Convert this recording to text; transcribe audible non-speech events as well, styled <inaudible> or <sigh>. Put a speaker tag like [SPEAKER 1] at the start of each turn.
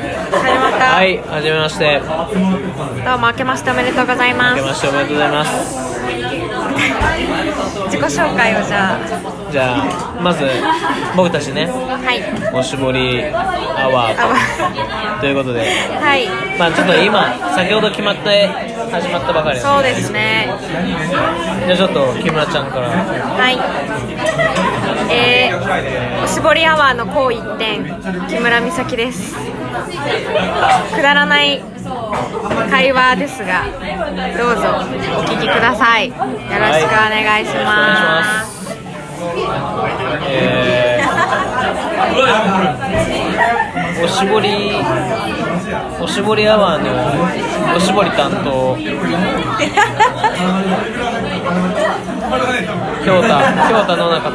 [SPEAKER 1] はい、はじめまして。
[SPEAKER 2] どうも明けましておめでとうございま
[SPEAKER 1] 明け
[SPEAKER 2] す
[SPEAKER 1] ましておめでとうございます。
[SPEAKER 2] 自己紹介をじゃ
[SPEAKER 1] じゃあ、まず、僕たちね、
[SPEAKER 2] あはい
[SPEAKER 1] おしぼりアワ
[SPEAKER 2] あ
[SPEAKER 1] ーとということで、
[SPEAKER 2] はい
[SPEAKER 1] まあちょっと今、先ほど決まって、始まったばかり
[SPEAKER 2] そ
[SPEAKER 1] な
[SPEAKER 2] うん
[SPEAKER 1] で、
[SPEAKER 2] ですね
[SPEAKER 1] じゃあちょっと木村ちゃんから、
[SPEAKER 2] はいえー、おしぼりアワーの高一点木村美咲ですくだらない会話ですがどうぞお聞きくださいよろしくお願いします、
[SPEAKER 1] えー、おしぼり、おしぼりアワーのおしぼり担
[SPEAKER 2] <laughs>
[SPEAKER 1] 当、京太、京太野中と